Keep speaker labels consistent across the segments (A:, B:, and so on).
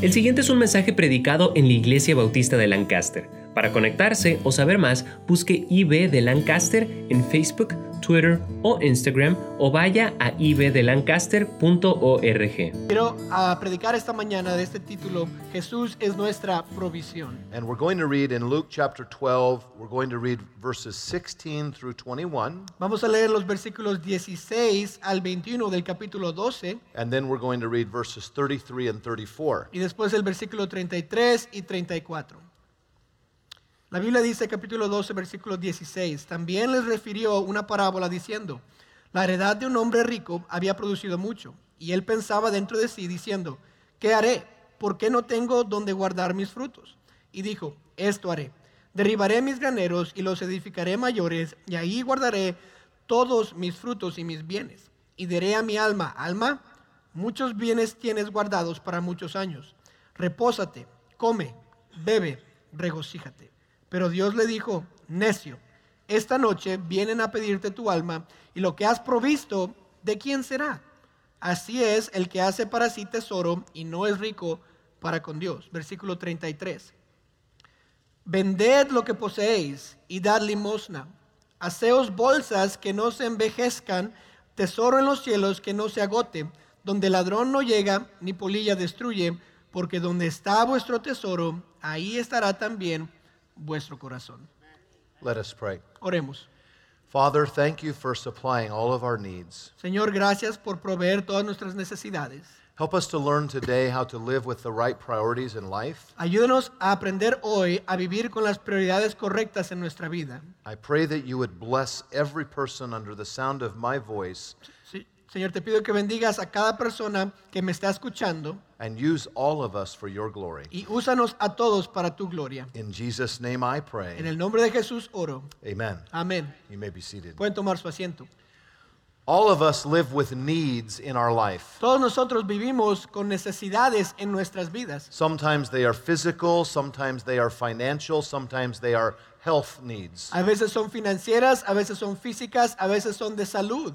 A: El siguiente es un mensaje predicado en la Iglesia Bautista de Lancaster. Para conectarse o saber más, busque IB de Lancaster en Facebook, Twitter o Instagram o vaya a ibdelancaster.org.
B: Quiero ah, predicar esta mañana de este título, Jesús es nuestra provisión.
C: And we're going to read in Luke chapter 12, we're going to read verses 16 through 21,
B: Vamos a leer los versículos 16 al 21 del capítulo 12
C: and then we're going to read verses 33 and 34.
B: y después el versículo 33 y 34. La Biblia dice capítulo 12, versículo 16, también les refirió una parábola diciendo, la heredad de un hombre rico había producido mucho, y él pensaba dentro de sí diciendo, ¿qué haré? ¿Por qué no tengo donde guardar mis frutos? Y dijo, esto haré, derribaré mis graneros y los edificaré mayores, y ahí guardaré todos mis frutos y mis bienes. Y diré a mi alma, alma, muchos bienes tienes guardados para muchos años. Repósate, come, bebe, regocíjate. Pero Dios le dijo, necio, esta noche vienen a pedirte tu alma y lo que has provisto, ¿de quién será? Así es el que hace para sí tesoro y no es rico para con Dios. Versículo 33. Vended lo que poseéis y dad limosna. Haceos bolsas que no se envejezcan, tesoro en los cielos que no se agote, donde ladrón no llega ni polilla destruye, porque donde está vuestro tesoro, ahí estará también vuestro corazón.
C: Let us pray.
B: Oremos.
C: Father, thank you for supplying all of our needs.
B: Señor, gracias por proveer todas nuestras necesidades.
C: Help us to learn today how to live with the right priorities in life.
B: Ayúdanos a aprender hoy a vivir con las prioridades correctas en nuestra vida.
C: I pray that you would bless every person under the sound of my voice
B: Sí, Señor, te pido que bendigas a cada persona que me está escuchando
C: and use all of us for your glory.
B: y úsanos a todos para tu gloria.
C: In Jesus' name I pray.
B: En el nombre de Jesús oro.
C: Amen.
B: Amén.
C: You may be seated.
B: Pueden tomar su asiento.
C: All of us live with needs in our life.
B: Todos nosotros vivimos con necesidades en nuestras vidas.
C: Sometimes they are physical, sometimes they are financial, sometimes they are health needs.
B: A veces son financieras, a veces son físicas, a veces son de salud.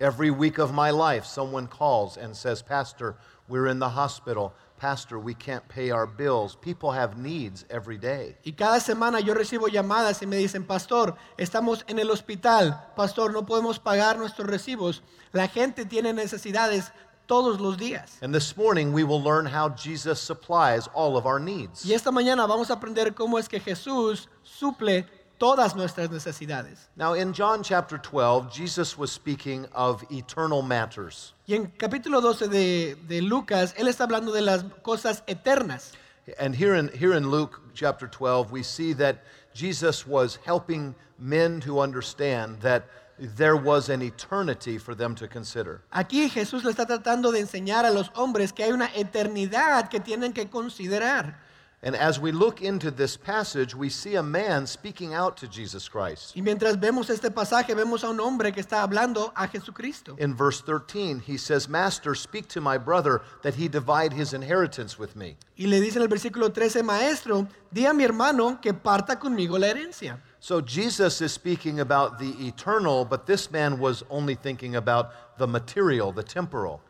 C: Every week of my life, someone calls and says, Pastor, we're in the hospital. Pastor, we can't pay our bills. People have needs every day.
B: Y cada semana yo recibo llamadas y me dicen, pastor, estamos en el hospital, pastor, no podemos pagar nuestros recibos. La gente tiene necesidades todos los días.
C: And this morning, we will learn how Jesus supplies all of our needs.
B: Y esta mañana vamos a aprender cómo es que Jesús suple todas nuestras necesidades.
C: Now, in John chapter 12, Jesus was speaking of eternal matters.
B: Y en capítulo 12 de, de Lucas, él está hablando de las cosas eternas.
C: And here in, here in Luke chapter 12, we see that Jesus was helping men to understand that there was an eternity for them to consider.
B: Aquí Jesús le está tratando de enseñar a los hombres que hay una eternidad que tienen que considerar.
C: And as we look into this passage, we see a man speaking out to Jesus Christ.
B: Y mientras vemos este pasaje, vemos a un hombre que está hablando a Jesucristo.
C: In verse 13, he says, Master, speak to my brother that he divide his inheritance with me.
B: Y le dice en el versículo 13, maestro, di a mi hermano que parta conmigo la herencia.
C: So Jesus is speaking about the eternal, but this man was only thinking about the material, the temporal.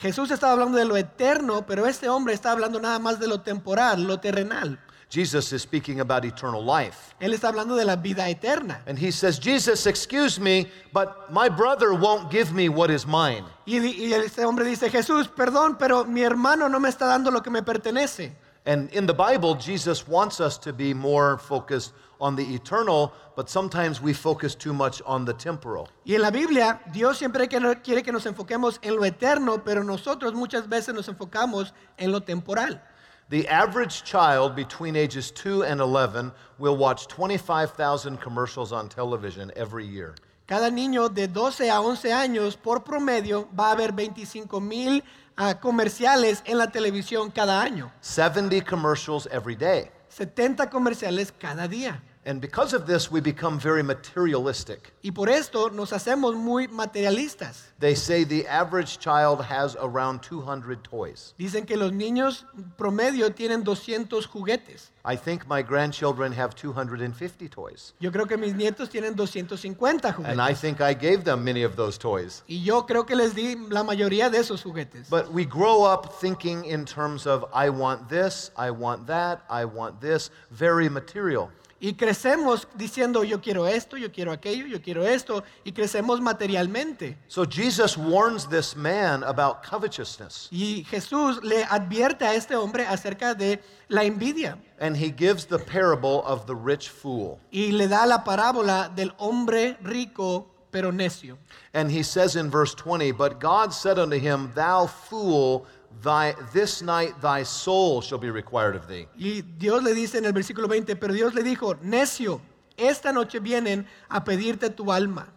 B: Jesús estaba hablando de lo eterno, pero este hombre está hablando nada más de lo temporal, lo terrenal.
C: Jesus is speaking about eternal life.
B: Él está hablando de la vida eterna.
C: And he says, Jesus, excuse me, but my brother won't give me what is mine.
B: Y, di- y este hombre dice, Jesús, perdón, pero mi hermano no me está dando lo que me pertenece.
C: And in the Bible, Jesus wants us to be more focused on the eternal, but sometimes we focus too much on the temporal.
B: Y en la Biblia, Dios siempre que- quiere que nos enfoquemos en lo eterno, pero nosotros muchas veces nos enfocamos en lo temporal.
C: The average child between ages 2 and 11 will watch 25,000 commercials on television every year.
B: Cada niño de 12 a 11 años, por promedio, va a haber 25 mil ah, comerciales en la televisión cada año.
C: 70 commercials every day.
B: 70 comerciales cada día.
C: And because of this, we become very materialistic.
B: Y por esto nos hacemos muy materialistas.
C: They say the average child has around 200 toys.
B: Dicen que los niños promedio tienen 200 juguetes.
C: I think my grandchildren have 250 toys.
B: Yo creo que mis nietos tienen 250
C: And
B: juguetes.
C: I think I gave them many of those toys.
B: Y yo creo que les di la mayoría de esos juguetes.
C: But we grow up thinking in terms of, I want this, I want that, I want this, very material.
B: Y crecemos diciendo yo quiero esto, yo quiero aquello, yo quiero esto. Y crecemos materialmente.
C: So Jesus warns this man about covetousness,
B: Y Jesús le advierte a este hombre acerca de la envidia.
C: and he gives the parable of the rich fool.
B: Y le da la parábola del hombre rico pero necio.
C: And he says in verse 20, But God said unto him, Thou fool, thy, this night thy soul shall be required of thee.
B: Y Dios le dice en el versículo 20, pero Dios le dijo, necio, esta noche vienen a pedirte tu alma.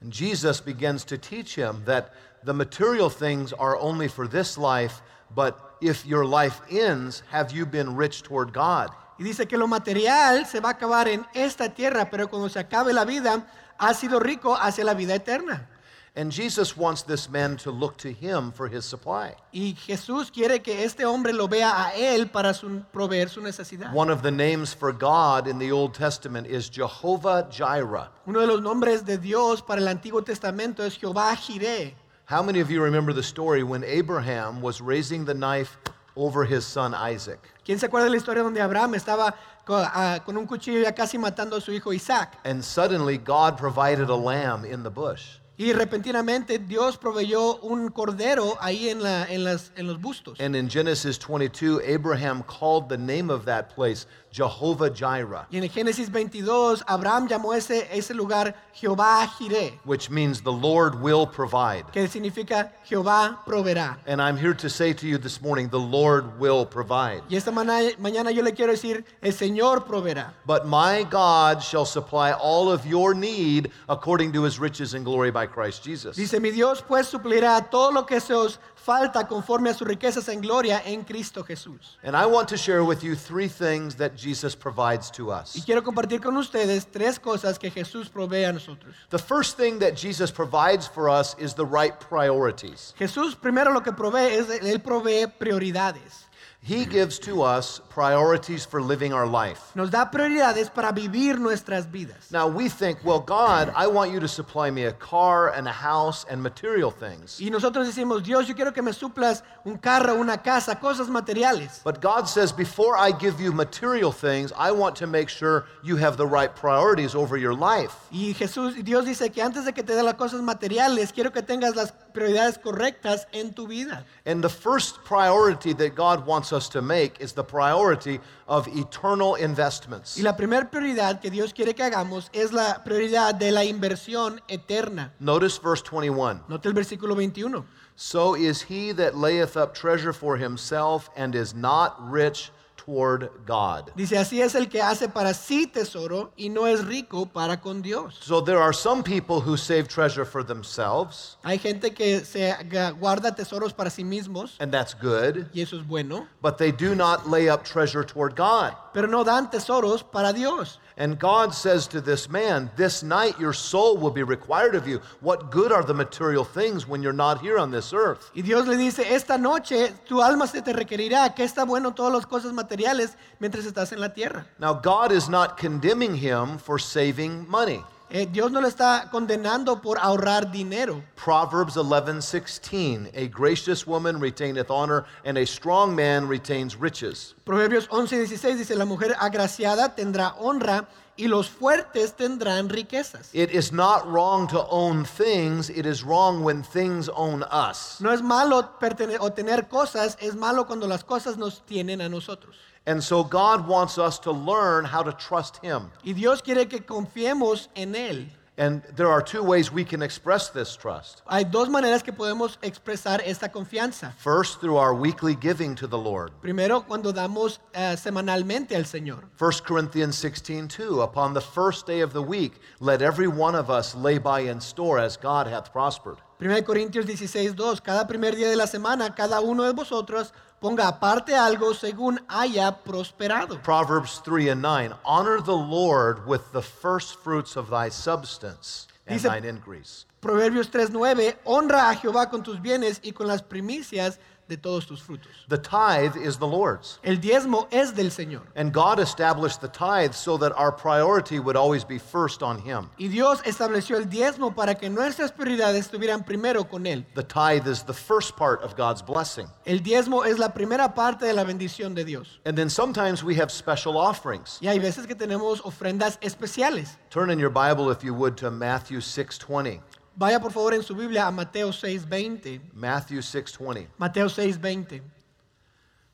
C: And Jesus begins to teach him that the material things are only for this life, but if your life ends, have you been rich toward God?
B: Y dice que lo material se va a acabar en esta tierra, pero cuando se acabe la vida, ha sido rico hacia la vida eterna.
C: And Jesus wants this man to look to him for his supply.
B: Y Jesús quiere que este hombre lo vea a él para su- proveer su necesidad.
C: One of the names for God in the Old Testament is Jehovah Jireh.
B: Uno de los nombres de Dios para el Antiguo Testamento es Jehová Jireh.
C: How many of you remember the story when Abraham was raising the knife over his son Isaac?
B: ¿Quién se acuerda de la historia donde Abraham estaba co- ah, con un cuchillo ya casi matando a su hijo Isaac?
C: And suddenly God provided a lamb in the bush.
B: Y repentinamente Dios proveyó un cordero ahí en, la- en las- en los bustos.
C: And in Genesis 22, Abraham called the name of that place Jehovah Jireh,
B: Y en el Génesis 22, Abraham llamó ese, ese lugar Jehová Jireh,
C: which means the Lord will provide.
B: que significa Jehová proveerá.
C: And I'm here to say to you this morning, the Lord will provide.
B: Y esta mana- mañana yo le quiero decir, el Señor proveerá.
C: But my God shall supply all of your need according to his riches and glory by Christ Jesus.
B: Dice, mi Dios pues suplirá todo lo que se os falta conforme a sus riquezas en gloria en Cristo Jesús.
C: And I want to share with you three things that Jesus provides to
B: Y
C: us.
B: quiero compartir con ustedes tres cosas que Jesús provee a nosotros.
C: The first thing that Jesus provides for us is the right priorities.
B: Jesús primero lo que provee es, Él provee prioridades.
C: He gives to us priorities for living our life.
B: Nos da prioridades para vivir nuestras vidas.
C: Now we think, well, God, I want you to supply me a car and a house and material things.
B: Y nosotros decimos, Dios, yo quiero que me suplas un carro, una casa, cosas materiales.
C: But God says, before I give you material things, I want to make sure you have the right priorities over your life.
B: Y Jesús, y Dios dice que antes de que te dé las cosas materiales, quiero que tengas las prioridades correctas en tu vida.
C: And the first priority that God wants us to make is the priority of eternal investments.
B: Y la primera prioridad que Dios quiere que hagamos es la prioridad de la inversión eterna.
C: Notice verse 21.
B: Note el versículo 21.
C: So is he that layeth up treasure for himself and is not rich toward God.
B: Dice, así es el que hace para sí tesoro y no es rico para con Dios.
C: So there are some people who save treasure for themselves,
B: Hay gente que se ga- guarda tesoros para sí mismos
C: and that's good.
B: y eso es bueno.
C: but they do not lay up treasure toward God.
B: pero no dan tesoros para Dios.
C: And God says to this man, This night your soul will be required of you. What good are the material things when you're not here on this earth?
B: Y Dios le dice, esta noche tu alma se te requerirá, que está bueno todas las cosas materiales mientras estás en la tierra.
C: Now, God is not condemning him for saving money.
B: Eh, Dios no le está condenando por ahorrar dinero.
C: Proverbs 11:16, A gracious woman retaineth honor, and a strong man retains riches.
B: Proverbios 11, 16 dice, la mujer agraciada tendrá honra y los fuertes tendrán riquezas.
C: It is not wrong to own things, it is wrong when things own us.
B: No es malo pertene- o tener cosas, es malo cuando las cosas nos tienen a nosotros.
C: And so, God wants us to learn how to trust him.
B: Y Dios quiere que confiemos en Él.
C: And there are two ways we can express this trust.
B: Hay dos maneras que podemos expresar esta confianza.
C: First, through our weekly giving to the Lord.
B: Primero, cuando damos eh, semanalmente al Señor.
C: 1 Corinthians 16, 2, upon the first day of the week, let every one of us lay by in store as God hath prospered.
B: 1 de Corintios 16, 2. Cada primer día de la semana, cada uno de vosotros ponga aparte algo según haya prosperado.
C: Proverbs 3 and 9 Honor the Lord with the first fruits of thy substance and
B: Dice-
C: thine increase.
B: Proverbios 3, 9. Honra a Jehová con tus bienes y con las primicias de todos tus frutos.
C: The tithe is the Lord's.
B: El diezmo es del Señor.
C: And God established the tithe so that our priority would always be first on Him.
B: Y Dios estableció el diezmo para que nuestras prioridades estuvieran primero con Él.
C: The tithe is the first part of God's blessing.
B: El diezmo es la primera parte de la bendición de Dios.
C: And then sometimes we have special offerings.
B: Y hay veces que tenemos ofrendas especiales.
C: Turn in your Bible, if you would, to Matthew 6.20.
B: Vaya por favor en su Biblia a Mateo 6:20.
C: Matthew 6.20.
B: Mateo 6:20.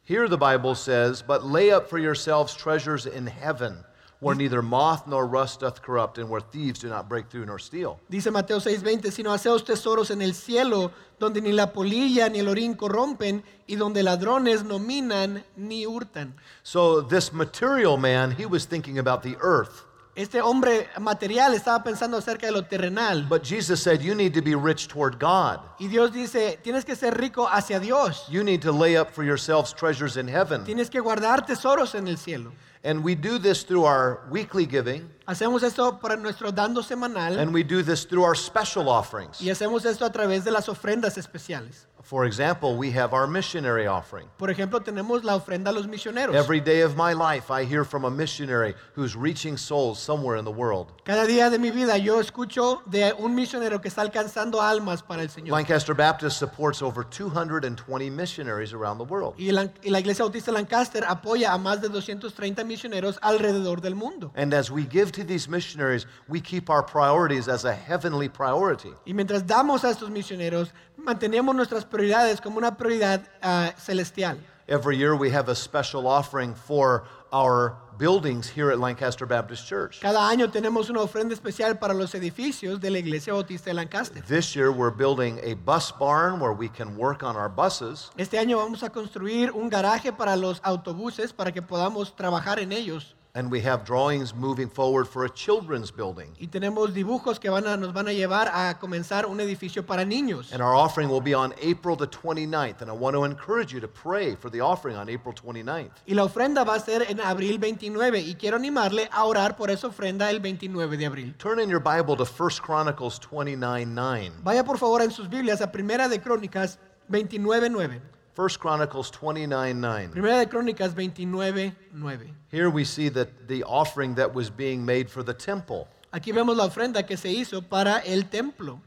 C: Here the Bible says, But lay up for yourselves treasures in heaven, where neither moth nor rust doth corrupt, and where thieves do not break through nor steal.
B: Dice Mateo 6:20, sino haceos tesoros en el cielo, donde ni la polilla ni el orín corrompen, y donde ladrones no minan ni hurtan.
C: So this material man, he was thinking about the earth.
B: Este hombre material estaba pensando acerca de lo terrenal.
C: But Jesus said, You need to be rich toward God.
B: Y Dios dice, tienes que ser rico hacia Dios.
C: You need to lay up for yourselves treasures in heaven.
B: Tienes que guardar tesoros en el cielo.
C: And we do this through our weekly giving,
B: Hacemos esto para nuestro dando semanal
C: and we do this through our special offerings.
B: y hacemos esto a través de las ofrendas especiales.
C: For example, we have our missionary offering.
B: Por ejemplo, tenemos la ofrenda a los misioneros.
C: Every day of my life, I hear from a missionary who's reaching souls somewhere in the world.
B: Cada día de mi vida yo escucho de un misionero que está alcanzando almas para el Señor.
C: Lancaster Baptist supports over 220 missionaries around the world.
B: Y la, y la Iglesia Bautista Lancaster apoya a más de 230 misioneros alrededor del mundo.
C: And as we give to these missionaries, we keep our priorities as a heavenly priority.
B: Y mientras damos a estos misioneros, mantenemos nuestras prioridades como una prioridad ah, celestial.
C: Every year, we have a special offering for our buildings here at Lancaster Baptist Church.
B: Cada año tenemos una ofrenda especial para los edificios de la Iglesia Bautista de Lancaster.
C: This year, we're building a bus barn where we can work on our buses.
B: Este año vamos a construir un garaje para los autobuses para que podamos trabajar en ellos.
C: And we have drawings moving forward for a children's building.
B: Y tenemos dibujos que van a- nos van a llevar a comenzar un edificio para niños.
C: And our offering will be on April the 29th. And I want to encourage you to pray for the offering on April 29th.
B: Y la ofrenda va a ser en abril 29 y quiero animarle a orar por esa ofrenda el 29 de abril.
C: Turn in your Bible to 1 Chronicles 29 9.
B: Vaya por favor en sus Biblias a Primera de Crónicas 29.9.
C: 1 Chronicles 29 9.
B: Primera de Crónicas 29.9.
C: Here we see that the offering that was being made for the temple.
B: Aquí vemos la ofrenda que se hizo para el templo.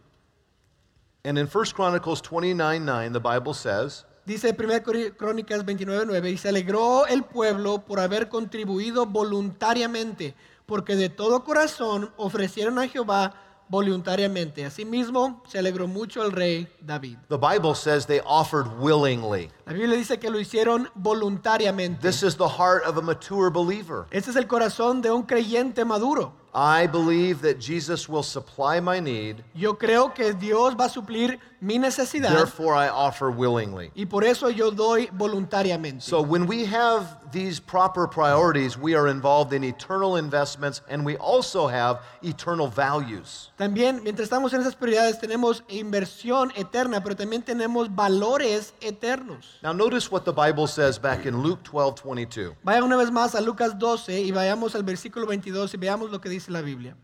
C: And in 1 Chronicles 29 9, the Bible says,
B: Dice 1 Cori- Crónicas 29.9 y se alegró el pueblo por haber contribuido voluntariamente, porque de todo corazón ofrecieron a Jehová voluntariamente. Asimismo, se alegró mucho el rey David.
C: The Bible says they offered willingly.
B: La Biblia dice que lo hicieron voluntariamente.
C: This is the heart of a mature believer.
B: Este es el corazón de un creyente maduro.
C: I believe that Jesus will supply my need,
B: Yo creo que Dios va a suplir mi necesidad
C: therefore I offer willingly.
B: y por eso yo doy voluntariamente.
C: So when we have these proper priorities, we are involved in eternal investments and we also have eternal values.
B: También, mientras estamos en esas prioridades, tenemos inversión eterna, pero también tenemos valores eternos.
C: Now notice what the Bible says back in Luke 12, 22.
B: Vaya una vez más a Lucas 12 y vayamos al versículo 22 y veamos lo que dice la Biblia.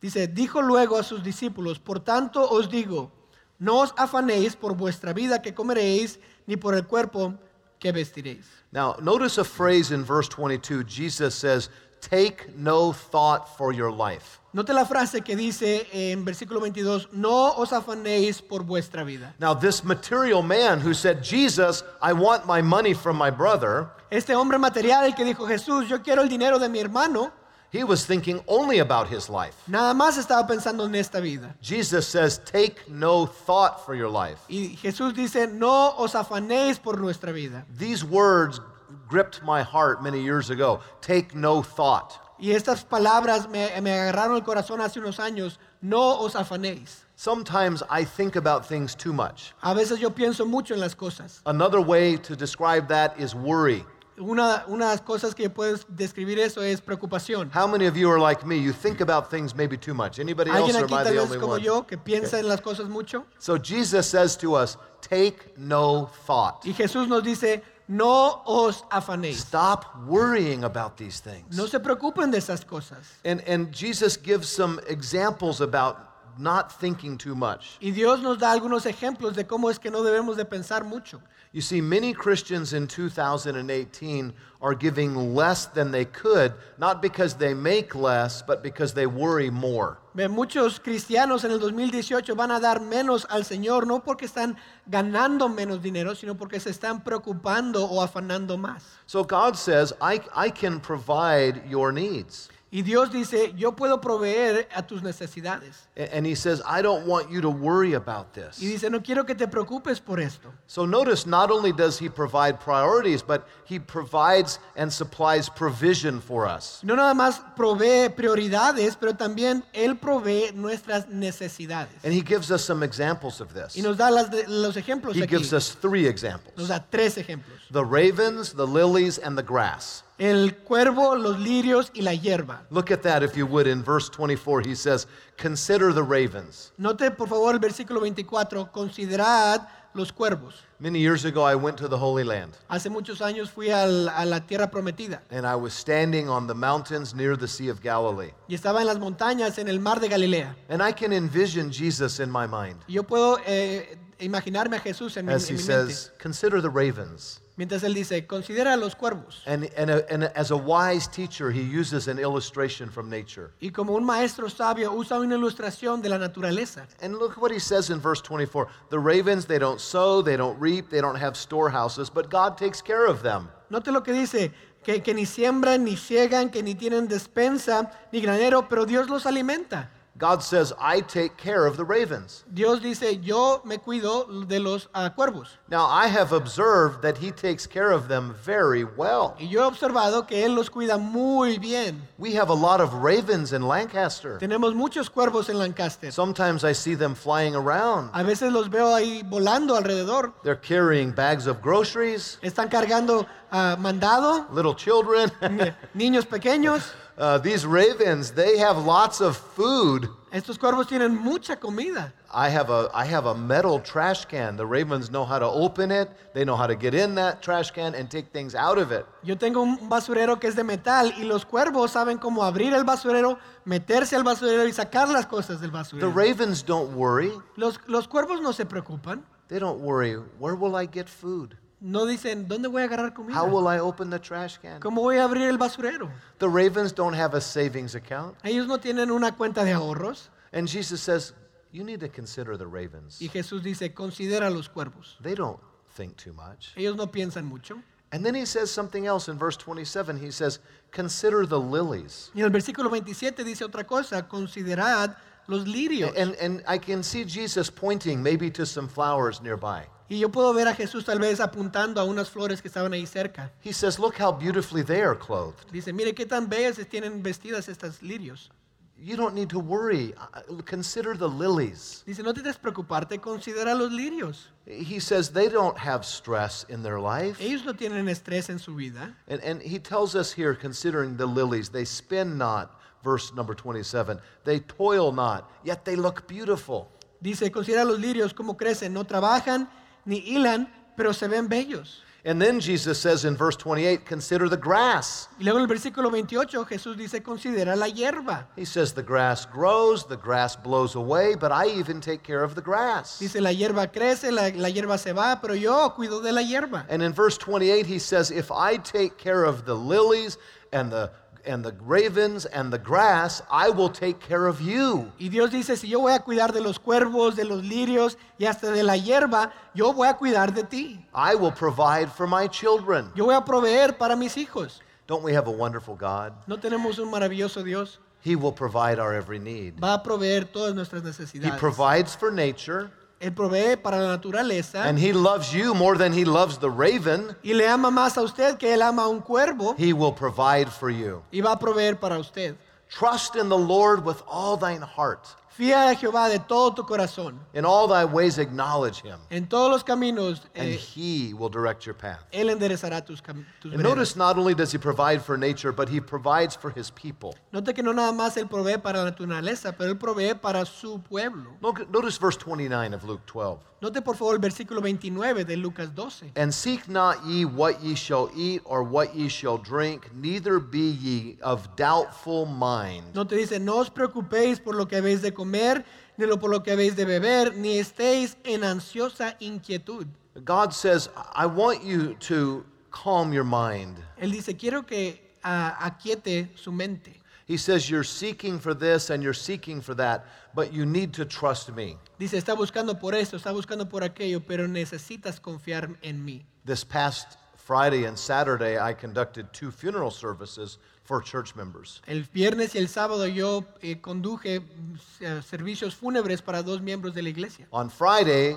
B: Dice, dijo luego a sus discípulos, por tanto os digo, no os afanéis por vuestra vida que comeréis, ni por el cuerpo que vestiréis.
C: Now notice a phrase in verse 22. Jesus says, take no thought for your life.
B: Note la frase que dice en versículo 22, no os afanéis por vuestra vida.
C: Now this material man who said, Jesus, I want my money from my brother,
B: Este hombre material que dijo Jesús, yo quiero el dinero de mi hermano,
C: he was thinking only about his life.
B: nada más estaba pensando en esta vida.
C: Jesus says, take no thought for your life.
B: Y Jesús dice, no os afanéis por nuestra vida.
C: These words gripped my heart many years ago. Take no thought.
B: Y estas palabras me, me agarraron el corazón hace unos años, no os afanéis.
C: Sometimes I think about things too much.
B: A veces yo pienso mucho en las cosas.
C: Another way to describe that is worry.
B: Una, unas cosas que puedes describir eso es preocupación.
C: How many of you are like me? You think about things maybe too much. Anybody else
B: Alguien
C: or
B: aquí
C: am
B: tal
C: I the
B: vez
C: only
B: como
C: one?
B: yo que piensa en las cosas mucho.
C: So Jesus says to us, take no thought.
B: Y Jesús nos dice, no os afanéis.
C: Stop worrying about these things.
B: No se preocupen de esas cosas.
C: And, and Jesus gives some examples about not thinking too much.
B: Y Dios nos da algunos ejemplos de cómo es que no debemos de pensar mucho.
C: You see, many Christians in 2018 are giving less than they could, not because they make less, but because they worry more.
B: Ve, Muchos cristianos en el 2018 van a dar menos al Señor, no porque están ganando menos dinero, sino porque se están preocupando o afanando más.
C: So God says, I, I can provide your needs.
B: Y Dios dice, yo puedo proveer a tus necesidades.
C: A- And He says, I don't want you to worry about
B: Y
C: this.
B: dice, no quiero que te preocupes por esto.
C: So notice, not only does He provide priorities, but He provides and supplies provision for us.
B: No nada más provee prioridades, pero también Él provee nuestras necesidades.
C: And He gives us some examples of this.
B: Y nos da las de- los ejemplos
C: He
B: aquí.
C: gives us three
B: Nos
C: examples
B: da tres ejemplos.
C: the ravens, the lilies, and the grass.
B: El cuervo, los lirios y la hierba.
C: Look at that, if you would, in verse 24. He says, Consider the ravens.
B: Note por favor el versículo 24, considerad los cuervos.
C: Many years ago, I went to the Holy Land,
B: Hace muchos años fui al- a la tierra prometida
C: and I was standing on the mountains near the Sea of Galilee.
B: y estaba en las montañas en el mar de Galilea.
C: And I can envision Jesus in my mind
B: Y yo puedo eh, imaginarme a Jesús en mi,
C: as
B: en
C: he
B: mi mente.
C: says, Consider the ravens.
B: Mientras él dice, considera a los cuervos.
C: And, and, a, and a- as a wise teacher, he uses an illustration from nature.
B: Y como un maestro sabio usa una ilustración de la naturaleza.
C: And look what he says in verse 24 The ravens, they don't sow, they don't reap, they don't have storehouses, but God takes care of them.
B: Note lo que dice, que, que ni siembran, ni ciegan, que ni tienen despensa, ni granero, pero Dios los alimenta.
C: God says, I take care of the ravens.
B: Dios dice, yo me cuido de los ah, cuervos.
C: Now, I have observed that he takes care of them very well.
B: Y yo he observado que Él los cuida muy bien.
C: We have a lot of ravens in Lancaster.
B: Tenemos muchos cuervos en Lancaster.
C: Sometimes I see them flying around.
B: A veces los veo ahí volando alrededor.
C: They're carrying bags of groceries,
B: Están cargando ah, mandado,
C: little children.
B: ni- niños pequeños.
C: Uh, these ravens, they have lots of food.
B: Estos cuervos tienen mucha comida.
C: I have a I have a metal trash can. The ravens know how to open it. They know how to get in that trash can and take things out of it.
B: Yo tengo un basurero que es de metal y los cuervos saben cómo abrir el basurero, meterse al basurero y sacar las cosas del
C: The
B: basurero.
C: ravens don't worry.
B: Los, los cuervos no se preocupan.
C: They don't worry. Where will I get food?
B: No dicen, ¿dónde voy a agarrar comida?
C: How will I open the trash can?
B: ¿Cómo voy a abrir el basurero?
C: The ravens don't have a savings account.
B: Ellos no tienen una cuenta de ahorros.
C: And Jesus says, You need to consider the ravens.
B: Y Jesús dice, considera los cuervos.
C: They don't think too much.
B: Ellos no piensan mucho.
C: And then he says something else in verse 27. He says, Consider the lilies.
B: Y en el versículo 27 dice otra cosa, considerad los lirios.
C: And, and I can see Jesus pointing maybe to some flowers nearby.
B: Y yo puedo ver a Jesús tal vez apuntando a unas flores que estaban ahí cerca.
C: He says, Look how beautifully they are clothed.
B: Dice, mire qué tan bellas tienen vestidas estas lirios.
C: You don't need to worry. Uh, Consider the lilies.
B: Dice, no te des preocuparte, considera los lirios.
C: He says, They don't have stress in their life.
B: Ellos no tienen estrés en su vida.
C: And, and he tells us here, considering the lilies, they spin not, verse number 27. They toil not, yet they look beautiful.
B: Dice, considera los lirios cómo crecen, no trabajan ni hilan, pero se ven bellos.
C: And then Jesus says in verse 28, consider the grass.
B: Y luego en el versículo 28 Jesús dice, considera la hierba.
C: He says, the grass grows, the grass blows away, but I even take care of the grass.
B: Dice, la hierba crece, la, la hierba se va, pero yo cuido de la hierba.
C: And in verse 28, he says, If I take care of the lilies and the and the ravens and the grass, I will take care of you.
B: Y Dios dice, si yo voy a cuidar de los cuervos, de los lirios y hasta de la hierba, yo voy a cuidar de ti.
C: I will provide for my children.
B: Yo voy a proveer para mis hijos.
C: Don't we have a wonderful God?
B: No tenemos un maravilloso Dios.
C: He will provide our every need.
B: Va a proveer todas nuestras
C: He
B: necesidades.
C: provides for nature,
B: Él provee para la naturaleza
C: and He loves you more than He loves the raven.
B: y le ama más a usted que él ama a un cuervo
C: He will provide for you.
B: y va a proveer para usted.
C: Trust in the Lord with all thine heart.
B: Fía a Jehová de todo tu corazón.
C: In all thy ways acknowledge him,
B: En todos los caminos
C: and
B: eh,
C: he will direct your path.
B: Él enderezará tus, cam- tus veredas.
C: And notice not only does he provide for nature, but he provides for his people.
B: Note que no nada más Él provee para la naturaleza, pero Él provee para su pueblo.
C: Look- Notice verse 29 of Luke 12.
B: Note por favor el versículo 29 de Lucas 12.
C: And seek not ye what ye shall eat or what ye shall drink, neither be ye of doubtful mind.
B: No te dice, no os preocupéis por lo que habéis de comer, ni lo por lo que habéis de beber, ni estéis en ansiosa inquietud.
C: God says, I want you to calm your mind.
B: Él dice, quiero que ah, aquiete su mente.
C: He says, You're seeking for this and you're seeking for that, but you need to trust me.
B: Dice, está buscando por esto, está buscando por aquello, pero necesitas confiar en mí.
C: This past Friday and Saturday, I conducted two funeral services for church members.
B: El viernes y el sábado yo eh, conduje mm, eh, servicios fúnebres para dos miembros de la iglesia.
C: On Friday, uh,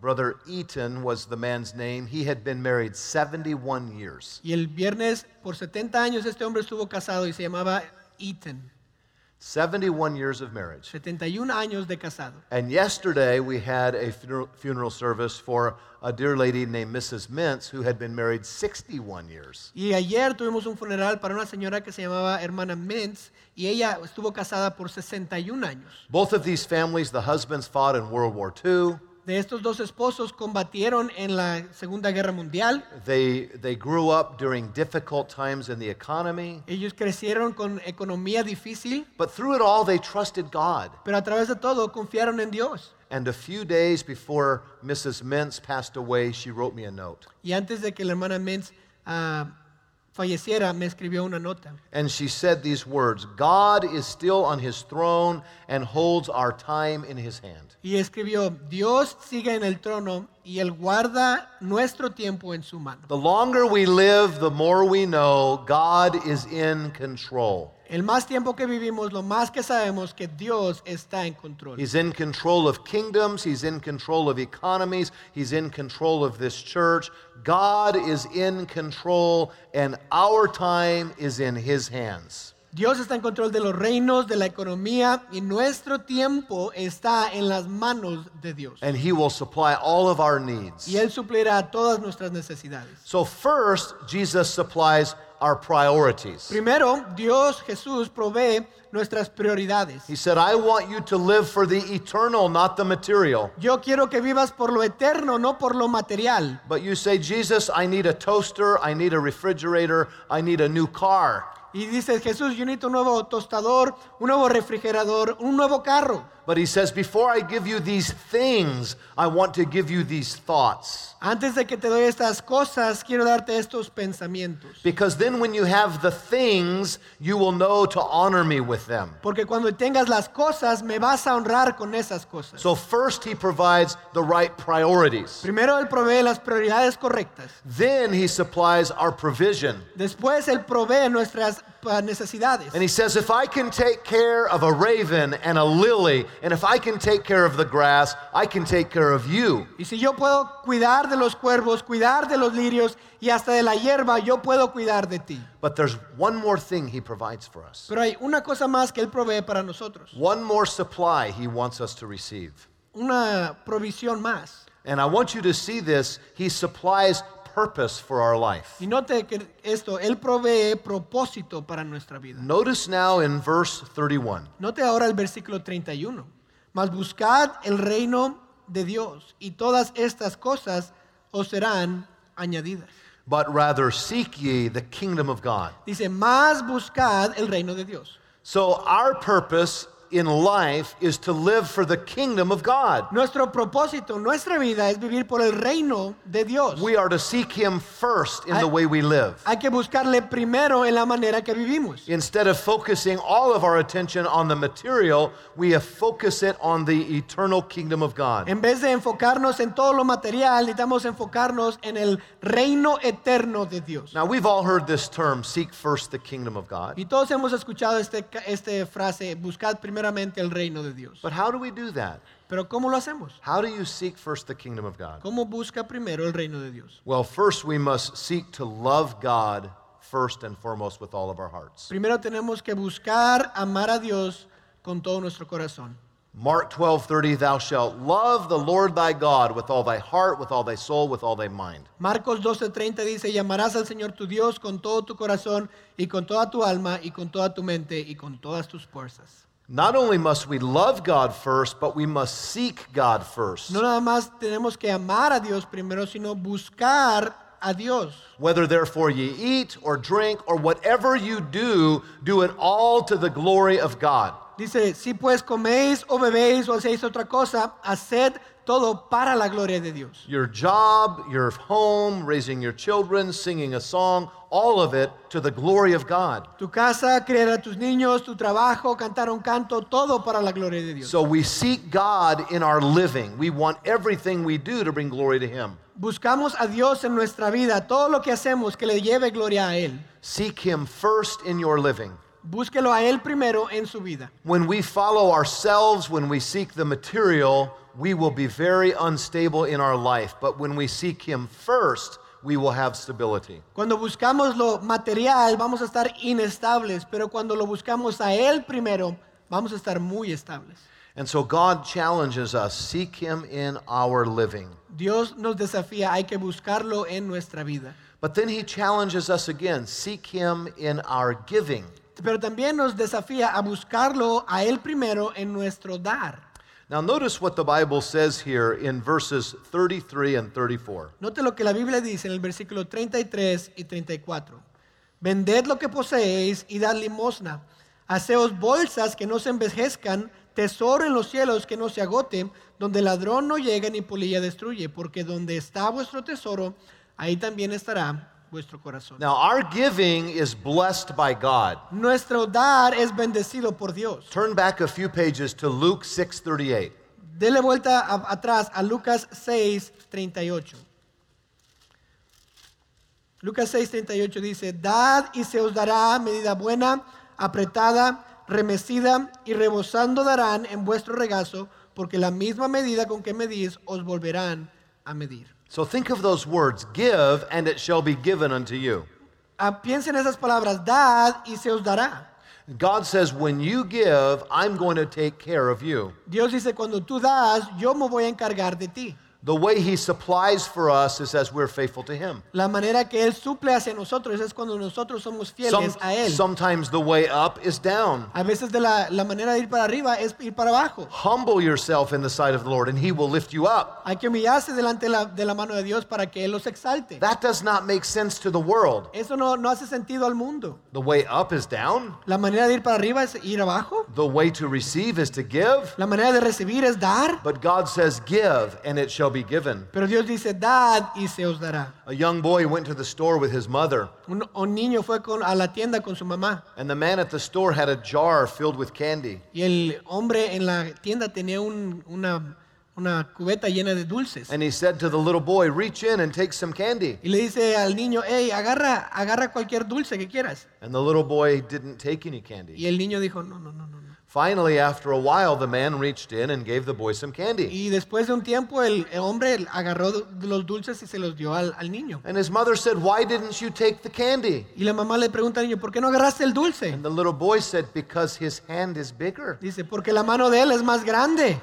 C: Brother Eaton was the man's name. He had been married 71 years.
B: Y el viernes, por 70 años, este hombre estuvo casado y se llamaba Ethan.
C: 71 years of marriage.
B: 71 años de casado.
C: And yesterday we had a funeral, funeral service for a dear lady named Mrs. Mintz who had been married 61 years.
B: Y ayer tuvimos un funeral para una señora que se llamaba hermana Mintz y ella estuvo casada por 61 años.
C: Both of these families, the husbands fought in World War II.
B: De estos dos esposos combatieron en la Segunda Guerra Mundial.
C: They, they grew up during difficult times in the economy.
B: Ellos crecieron con economía difícil,
C: But through it all, they trusted God.
B: pero a través de todo confiaron en Dios.
C: And a few days before Mrs. Mintz passed away, she wrote me a note.
B: Y antes de que la hermana Mintz ah, falleciera, me escribió una nota.
C: And she said these words God is still on his throne and holds our time in his hand.
B: Y escribió, Dios sigue en el trono y Él guarda nuestro tiempo en su mano.
C: The longer we live, the more we know God is in control.
B: El más tiempo que vivimos, lo más que sabemos que Dios está en control.
C: He's in control of kingdoms, he's in control of economies, he's in control of this church. God is in control, and our time is in his hands.
B: Dios está en control de los reinos, de la economía y nuestro tiempo está en las manos de Dios.
C: And he will supply all of our needs.
B: Y Él suplirá todas nuestras necesidades.
C: So, first, Jesus supplies our priorities.
B: Primero, Dios Jesús provee nuestras prioridades.
C: He said, I want you to live for the eternal, not the material.
B: Yo quiero que vivas por lo eterno, no por lo material.
C: But you say, Jesus, I need a toaster, I need a refrigerator, I need a new car.
B: Y dices, Jesús, yo necesito un nuevo tostador, un nuevo refrigerador, un nuevo carro.
C: But he says, Before I give you these things, I want to give you these thoughts.
B: Antes de que te doy estas cosas, quiero darte estos pensamientos.
C: Because then when you have the things, you will know to honor me with them.
B: Porque cuando tengas las cosas, me vas a honrar con esas cosas.
C: So, first, he provides the right priorities.
B: Primero Él provee las prioridades correctas.
C: Then, he supplies our provision.
B: Después Él provee nuestras ah, necesidades.
C: And he says, If I can take care of a raven and a lily, and if I can take care of the grass, I can take care of you.
B: Y si yo puedo cuidar de los cuervos, cuidar de los lirios y hasta de la hierba, yo puedo cuidar de ti.
C: But there's one more thing he provides for us,
B: Pero hay una cosa más que Él provee para nosotros.
C: one more supply he wants us to receive.
B: Una provisión más.
C: And I want you to see this. He supplies purpose for our life.
B: Y note que esto, Él provee propósito para nuestra vida.
C: Notice now in verse 31
B: Note ahora el versículo 31. Mas buscad el reino de Dios y todas estas cosas os serán añadidas.
C: But rather seek ye the kingdom of God.
B: Dice, más buscad el reino de Dios.
C: So, our purpose in life is to live for the kingdom of God.
B: Nuestro propósito, nuestra vida es vivir por el reino de Dios.
C: We are to seek Him first in the
B: I-
C: way we live.
B: Hay que buscarle primero en la manera que vivimos.
C: Instead of focusing all of our attention on the material, we have focus it on the eternal kingdom of God.
B: En vez de enfocarnos en todo lo material, necesitamos enfocarnos en el reino eterno de Dios.
C: Now, we've all heard this term seek first the kingdom of God.
B: Y todos hemos escuchado este, ca- este frase, buscad primeramente el reino de Dios.
C: But how do we do that?
B: Pero ¿cómo lo hacemos?
C: How do you seek first the kingdom of God?
B: ¿Cómo busca primero el reino de Dios?
C: Well, first, we must seek to love God first and foremost with all of our hearts.
B: Primero tenemos que buscar amar a Dios con todo nuestro corazón.
C: Mark 12:30 thou shalt love the Lord thy God with all thy heart with all thy soul with all thy mind.
B: Marcos 12:30 dice, llamarás al Señor tu Dios con todo tu corazón y con toda tu alma y con toda tu mente y con todas tus fuerzas.
C: Not only must we love God first, but we must seek God first.
B: No nada más tenemos que amar a Dios primero, sino buscar a Dios.
C: Whether therefore ye eat or drink or whatever you do, do it all to the glory of God.
B: Dice, si pues coméis o bebéis o hacéis otra cosa, haced todo para la gloria de Dios.
C: Your job, your home, raising your children, singing a song, all of it to the glory of God.
B: Tu casa, criar a tus niños, tu trabajo, cantar un canto, todo para la gloria de Dios.
C: So we seek God in our living. We want everything we do to bring glory to Him.
B: Buscamos a Dios en nuestra vida, todo lo que hacemos que le lleve gloria a Él.
C: Seek Him first in your living.
B: Búsquelo a Él primero en su vida.
C: When we follow ourselves, when we seek the material, we will be very unstable in our life. But when we seek Him first, we will have stability.
B: Cuando buscamos lo material vamos a estar inestables, pero cuando lo buscamos a Él primero vamos a estar muy estables.
C: And so God challenges us seek Him in our living.
B: Dios nos desafía, hay que buscarlo en nuestra vida.
C: But then He challenges us again seek Him in our giving.
B: Pero también nos desafía a buscarlo a Él primero en nuestro dar.
C: Now, notice what the Bible says here in verses 33 and 34.
B: Note lo que la Biblia dice en el versículo 33 y 34. Vended lo que poseéis y dad limosna. Haceos bolsas que no se envejezcan, tesoro en los cielos que no se agote, donde ladrón no llega ni polilla destruye, porque donde está vuestro tesoro, ahí también estará vuestro corazón.
C: Now, our giving is blessed by God.
B: Nuestro dar es bendecido por Dios.
C: Turn back a few pages to Luke 6:38.
B: Dele vuelta a- atrás a Lucas 6, 38. Lucas 6, 38 dice, Dad y se os dará medida buena, apretada, remecida y rebosando darán en vuestro regazo, porque la misma medida con que medís os volverán a medir.
C: So think of those words, give and it shall be given unto you.
B: Ah, piensen esas palabras, dad y se os dará.
C: God says, when you give, I'm going to take care of you.
B: Dios dice, cuando tú das, yo me voy a encargar de ti.
C: The way he supplies for us is as we're faithful to him.
B: La manera que Él suple hacia nosotros es cuando nosotros somos
C: Some-
B: fieles a Él.
C: sometimes the way up is down.
B: A veces de la, la manera de ir para arriba es ir para abajo.
C: Humble yourself in the sight of the Lord and he will lift you up.
B: Hay que humillarse delante de la, de la mano de Dios para que Él los exalte.
C: That does not make sense to the world.
B: Eso no, no hace sentido al mundo.
C: The way up is down.
B: La manera de ir para arriba es ir abajo.
C: The way to receive is to give.
B: La manera de recibir es dar.
C: But God says, give and it shall be given.
B: Pero Dios dice, dad y se os dará.
C: A young boy went to the store with his mother.
B: Un, un niño fue con- a la tienda con su mamá
C: And the man at the store had a jar filled with candy.
B: y el hombre en la tienda tenía un- una, una cubeta llena de dulces.
C: And he said to the little boy, Reach in and take some candy.
B: Y le dice al niño, hey, agarra, agarra cualquier dulce que quieras.
C: And the little boy didn't take any
B: Y
C: candy.
B: el niño dijo, no, no, no, no. no.
C: Finally, after a while, the man reached in and gave the boy some candy.
B: Y después de un tiempo el el hombre agarró du- los dulces y se los dio al, al niño.
C: And his mother said, Why didn't you take the candy?
B: Y la mamá le pregunta al niño, ¿por qué no agarraste el dulce?
C: And the little boy said, Because his hand is bigger.
B: Dice, porque la mano de él es más grande.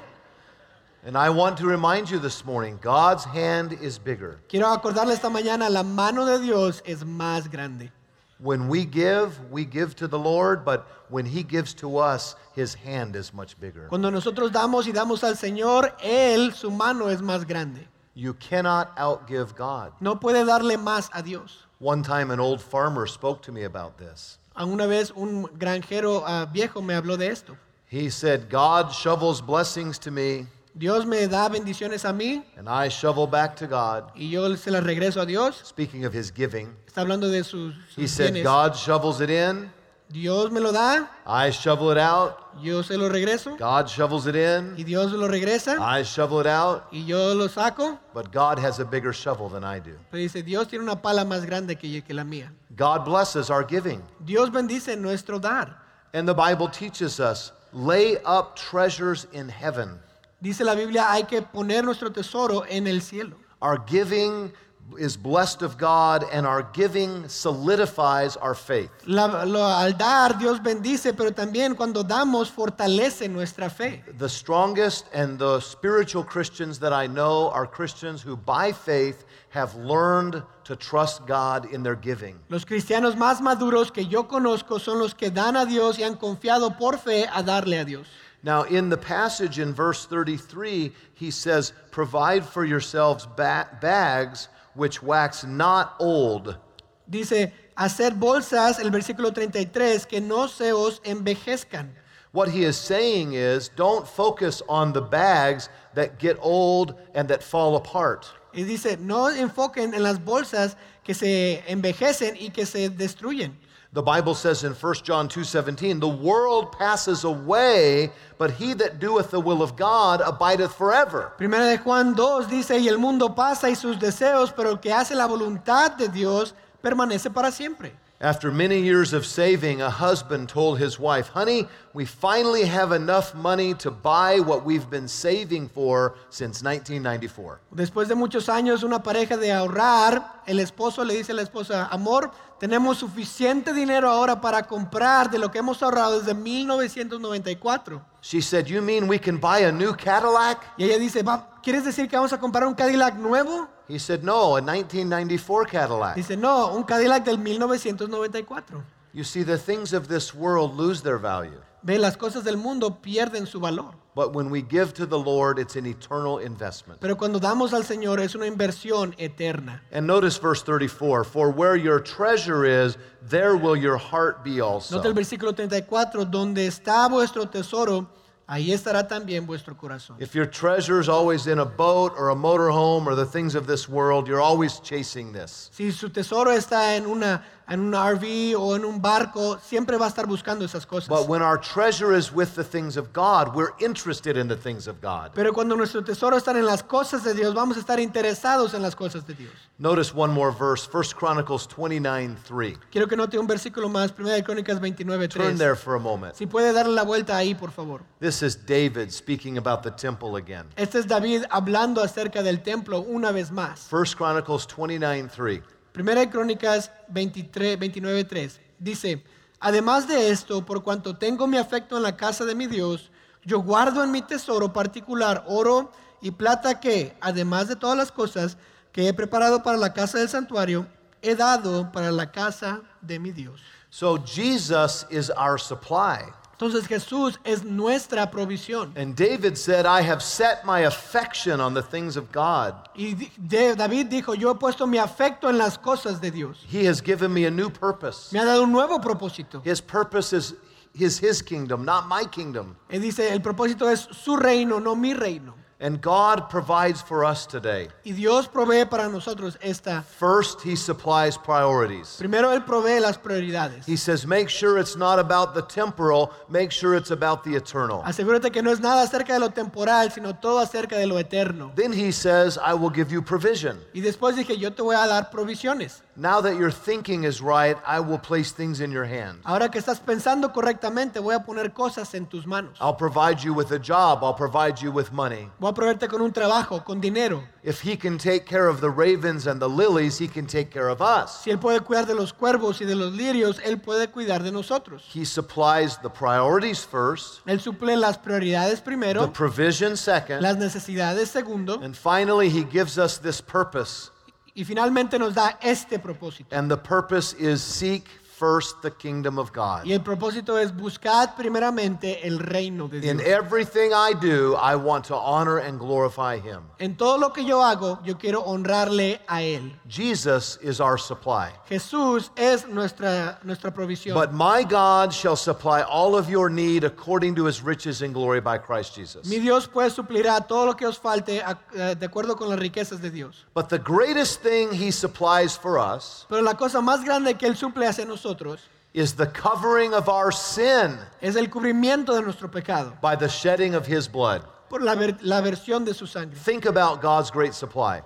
C: And I want to remind you this morning God's hand is bigger.
B: Quiero acordarle esta mañana, la mano de Dios es más grande.
C: When we give, we give to the Lord, but when he gives to us, his hand is much bigger.
B: Cuando nosotros damos y damos al Señor, Él, su mano es más grande.
C: You cannot outgive God.
B: No puede darle más a Dios.
C: One time, an old farmer spoke to me about this.
B: A Una vez un granjero ah, viejo me habló de esto.
C: He said, God shovels blessings to me,
B: Dios me da bendiciones a mí
C: and I shovel back to God.
B: y yo se las regreso a Dios.
C: Speaking of his giving,
B: Está hablando de sus,
C: he
B: sus
C: said,
B: bienes.
C: God shovels it in,
B: Dios me lo da,
C: I shovel it out,
B: yo se lo regreso
C: God shovels it in,
B: y Dios lo regresa
C: I shovel it out,
B: y yo lo saco.
C: but God has a bigger shovel than I do.
B: Pero dice, Dios tiene una pala más grande que, que la mía.
C: God blesses our giving.
B: Dios bendice nuestro dar.
C: And the Bible teaches us lay up treasures in heaven.
B: Dice la Biblia, hay que poner nuestro tesoro en el cielo.
C: Our giving is blessed of God, and our giving solidifies our faith.
B: La- lo- al dar, Dios bendice, pero también cuando damos, fortalece nuestra fe.
C: The strongest and the spiritual Christians that I know are Christians who, by faith, have learned to trust God in their giving.
B: Los cristianos más maduros que yo conozco son los que dan a Dios y han confiado por fe a darle a Dios.
C: Now, in the passage in verse 33, he says, Provide for yourselves ba- bags which wax not old,
B: Dice, hacer bolsas, el versículo 33, que no se os envejezcan.
C: What he is saying is don't focus on the bags that get old and that fall apart.
B: Y dice, no enfoquen en las bolsas que se envejecen y que se destruyen.
C: The Bible says in 1 John 2:17, "The world passes away, but he that doeth the will of God abideth forever."
B: Primera de Juan 2 dice, y el mundo pasa y sus deseos, pero el que hace la voluntad de Dios permanece para siempre.
C: After many years of saving, a husband told his wife, "Honey, we finally have enough money to buy what we've been saving for since 1994."
B: Después de muchos años, una pareja de ahorrar, el esposo le dice a la esposa, amor, tenemos suficiente dinero ahora para comprar de lo que hemos ahorrado desde 1994.
C: She said, "You mean we can buy a new Cadillac?"
B: Y ella dice, "Va, ¿quieres decir que vamos a comprar un Cadillac nuevo?
C: He said, "No, a 1994 Cadillac."
B: Dice, no, un Cadillac del 1994.
C: You see, the things of this world lose their value.
B: Ve, las cosas del mundo pierden su valor.
C: But when we give to the Lord, it's an eternal investment.
B: Pero cuando damos al Señor es una inversión eterna.
C: And notice verse 34 For where your treasure is, there will your heart be
B: Nota el
C: also.
B: versículo 34, donde está vuestro tesoro, ahí estará también vuestro corazón.
C: If your treasure is always in a boat or a motorhome or the things of this world, you're always chasing this.
B: Si su tesoro está en una en un RV o en un barco, siempre va a estar buscando esas
C: But
B: cosas.
C: when our treasure is with the things of God, we're interested in the things of God.
B: Pero cuando nuestro tesoro está en las cosas de Dios, vamos a estar interesados en las cosas de Dios.
C: Notice one more verse 1 Chronicles 29 3.
B: Quiero que note un versículo más, 1 de Crónicas 29,
C: Turn
B: 3.
C: there for a moment.
B: Si puede darle la vuelta ahí, por favor.
C: This is David speaking about the temple again.
B: Este es David hablando acerca del templo una vez más.
C: 1 Chronicles 29 3.
B: Primera de Crónicas 23, 29, 3. Dice, además de esto, por cuanto tengo mi afecto en la casa de mi Dios, yo guardo en mi tesoro particular oro y plata que, además de todas las cosas que he preparado para la casa del santuario, he dado para la casa de mi Dios.
C: So Jesus is our supply.
B: Entonces Jesús es nuestra provisión.
C: And David said, I have set my affection on the things of God.
B: Y di- de- David dijo, yo he puesto mi afecto en las cosas de Dios.
C: He has given me a new purpose.
B: Me ha dado un nuevo propósito.
C: His purpose is his, his kingdom, not my kingdom.
B: Él dice, el propósito es su reino, no mi reino.
C: And God provides for us today.
B: Y Dios provee para nosotros esta.
C: First, he supplies priorities.
B: Primero Él provee las prioridades.
C: He says, make sure it's not about the temporal, make sure it's about the eternal.
B: Asegúrate que no es nada acerca de lo temporal, sino todo acerca de lo eterno.
C: Then he says, I will give you provision.
B: Y después dije, yo te voy a dar provisiones.
C: Now that your thinking is right, I will place things in your hand.
B: Ahora que estás pensando correctamente, voy a poner cosas en tus manos.
C: I'll provide you with a job. I'll provide you with money.
B: Voy a proveerte con un trabajo, con dinero.
C: If he can take care of the ravens and the lilies, he can take care of us.
B: Si Él puede cuidar de los cuervos y de los lirios, Él puede cuidar de nosotros.
C: He supplies the priorities first,
B: Él suple las prioridades
C: the
B: primero,
C: provision second,
B: las necesidades segundo,
C: and finally, he gives us this purpose.
B: y finalmente nos da este propósito.
C: And the purpose is seek first the kingdom of God.
B: Y el propósito es buscar primeramente el reino de
C: In
B: Dios.
C: everything I do, I want to honor and glorify him.
B: En todo lo que yo hago, yo quiero honrarle a Él.
C: Jesus is our supply.
B: Jesús es nuestra, nuestra provisión.
C: But my God shall supply all of your need according to his riches and glory by Christ Jesus.
B: Mi Dios pues suplirá todo lo que os falte a- eh, de acuerdo con las riquezas de Dios.
C: But the greatest thing he supplies for us
B: Pero la cosa más grande que Él suple hacia nosotros
C: is the covering of our sin
B: es el cubrimiento de nuestro pecado
C: by the shedding of his blood.
B: por la, ver- la versión de su sangre.
C: Think about God's great supply.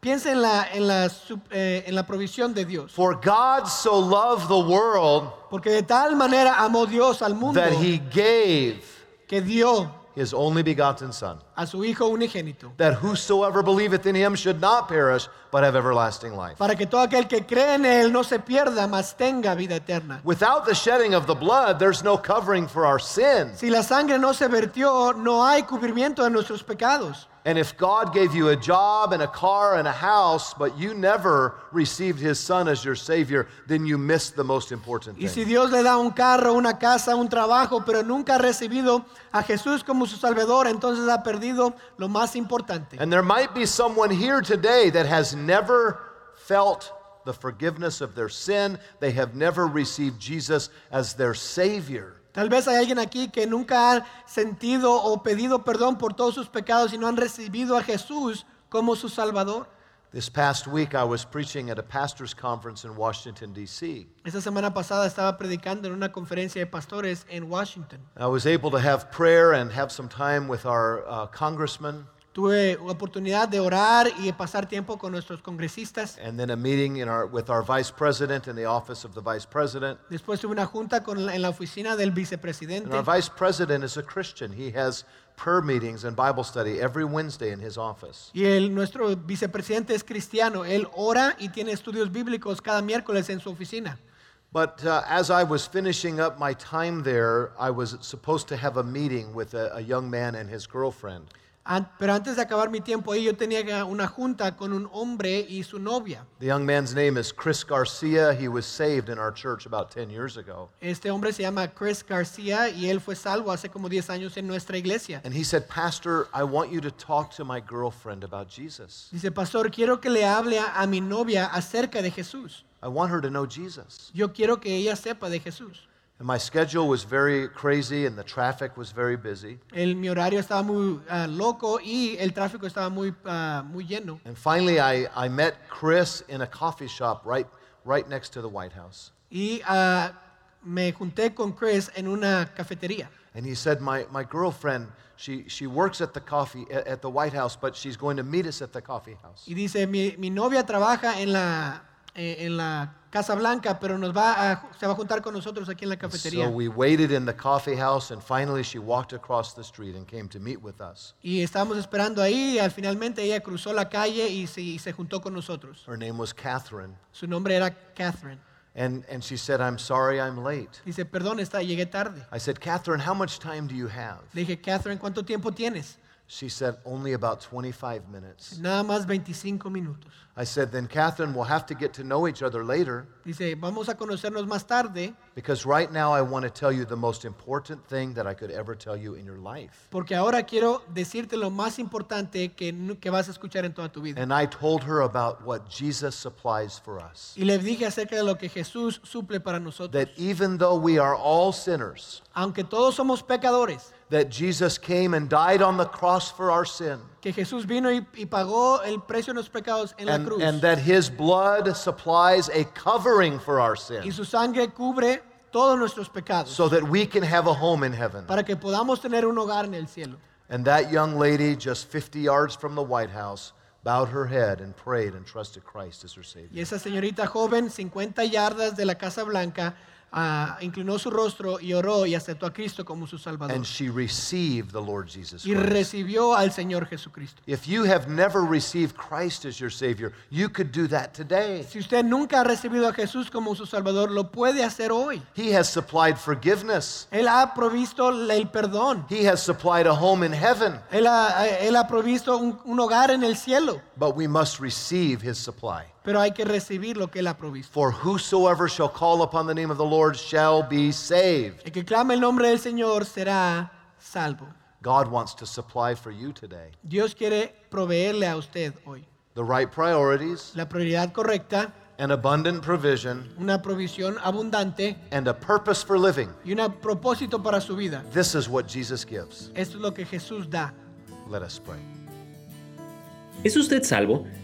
B: Piensa en la, en, la, sup- eh, en la provisión de Dios.
C: For God so loved the world
B: Porque de tal manera amó Dios al mundo
C: that he gave
B: que dio
C: his only begotten Son,
B: a su Hijo unigénito,
C: that whosoever believeth in him should not perish, but have everlasting life.
B: para que todo aquel que cree en Él no se pierda, mas tenga vida eterna.
C: Without the shedding of the blood, there's no covering for our sins.
B: Si la sangre no se vertió, no hay cubrimiento de nuestros pecados.
C: And if God gave you a job and a car and a house, but you never received his son as your savior, then you missed the most important
B: Y si
C: thing.
B: Dios le da un carro, una casa, un trabajo, pero nunca ha recibido a Jesús como su Salvador, entonces ha perdido lo más importante.
C: And there might be someone here today that has never felt the forgiveness of their sin. They have never received Jesus as their savior.
B: Tal vez hay alguien aquí que nunca ha sentido o pedido perdón por todos sus pecados y no han recibido a Jesús como su Salvador.
C: This past week, I was preaching at a pastor's conference in Washington, D.C.
B: Esta semana pasada estaba predicando en una conferencia de pastores en Washington.
C: I was able to have prayer and have some time with our uh, congressman,
B: Tuve oportunidad de orar y de pasar tiempo con nuestros congresistas.
C: and then a meeting in our, with our vice president in the office of the vice president.
B: Después tuve una junta con la- en la oficina del
C: And
B: vicepresidente.
C: our vice president is a Christian. He has prayer meetings and Bible study every Wednesday in his office.
B: Y el, nuestro vicepresidente es cristiano. Él ora y tiene estudios bíblicos cada miércoles en su oficina.
C: But uh, as I was finishing up my time there, I was supposed to have a meeting with a, a young man and his girlfriend.
B: An- Pero antes de acabar mi tiempo ahí, yo tenía una junta con un hombre y su novia.
C: The young man's name is Chris Garcia. He was saved in our church about 10 years ago.
B: Este hombre se llama Chris García y él fue salvo hace como 10 años en nuestra iglesia.
C: And he said, Pastor, I want you to talk to my girlfriend about Jesus.
B: Dice, pastor, quiero que le hable a, a mi novia acerca de Jesús.
C: I want her to know Jesus.
B: Yo quiero que ella sepa de Jesús.
C: And my schedule was very crazy and the traffic was very busy.
B: El, mi horario estaba muy ah, loco y el tráfico estaba muy, ah, muy lleno.
C: And finally, I, I met Chris in a coffee shop right, right next to the White House.
B: Y ah, me junté con Chris en una cafetería.
C: And he said, My, my girlfriend, she, she works at the coffee at, at the White House, but she's going to meet us at the coffee house.
B: Y dice, mi, mi novia trabaja en la, eh, en la Casa Blanca, pero nos va a, se va a juntar con nosotros aquí en la cafetería.
C: So we waited in the coffee house, and finally she walked across the street and came to meet with us.
B: Y estábamos esperando ahí y al finalmente ella cruzó la calle y se, y se juntó con nosotros.
C: Her name was Catherine.
B: Su nombre era Catherine.
C: And, and she said, I'm sorry I'm late.
B: Dice, perdón, está, llegué tarde.
C: I said, Catherine, how much time do you have?
B: Le dije, Catherine, ¿cuánto tiempo tienes?
C: She said, only about 25 minutes.
B: Nada más 25 minutos.
C: I said, then Catherine, we'll have to get to know each other later
B: Dice, vamos a conocernos más tarde
C: because right now I want to tell you the most important thing that I could ever tell you in your life.
B: porque ahora quiero decirte lo más importante que, nu- que vas a escuchar en toda tu vida.
C: And I told her about what Jesus supplies for us.
B: Y le dije acerca de lo que Jesús suple para nosotros.
C: That even though we are all sinners,
B: Aunque todos somos pecadores,
C: that Jesus came and died on the cross for our sin,
B: que Jesús vino y, y pagó el precio de los pecados en la
C: and,
B: cruz.
C: and that his blood supplies a covering for our
B: y
C: sin,
B: su sangre cubre todos nuestros pecados
C: so that we can have a home in heaven.
B: para que podamos tener un hogar en el cielo.
C: And that young lady, just 50 yards from the White House, bowed her head and prayed and trusted Christ as her
B: Y
C: Savior.
B: esa señorita joven, 50 yardas de la Casa Blanca, ah, inclinó su rostro y oró y aceptó a Cristo como su Salvador.
C: And she received the Lord Jesus
B: Y
C: Christ.
B: recibió al Señor Jesucristo.
C: If you have never received Christ as your Savior, you could do that today.
B: Si usted nunca ha recibido a Jesús como su Salvador, lo puede hacer hoy.
C: He has supplied forgiveness,
B: Él ha provisto la- el perdón.
C: He has supplied a home in heaven,
B: Él ha, él ha provisto un, un hogar en el cielo,
C: but we must receive His supply.
B: pero hay que recibir lo que Él ha provisto.
C: For whosoever shall call upon the name of the Lord shall be saved.
B: El que clame el nombre del Señor será salvo.
C: God wants to supply for you today
B: Dios quiere proveerle a usted hoy
C: the right priorities,
B: la prioridad correcta,
C: an abundant provision,
B: una provisión abundante
C: and a purpose for living.
B: y un propósito para su vida.
C: This is what Jesus gives.
B: Esto es lo que Jesús da.
C: Let us pray.
A: ¿Es usted salvo?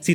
A: Si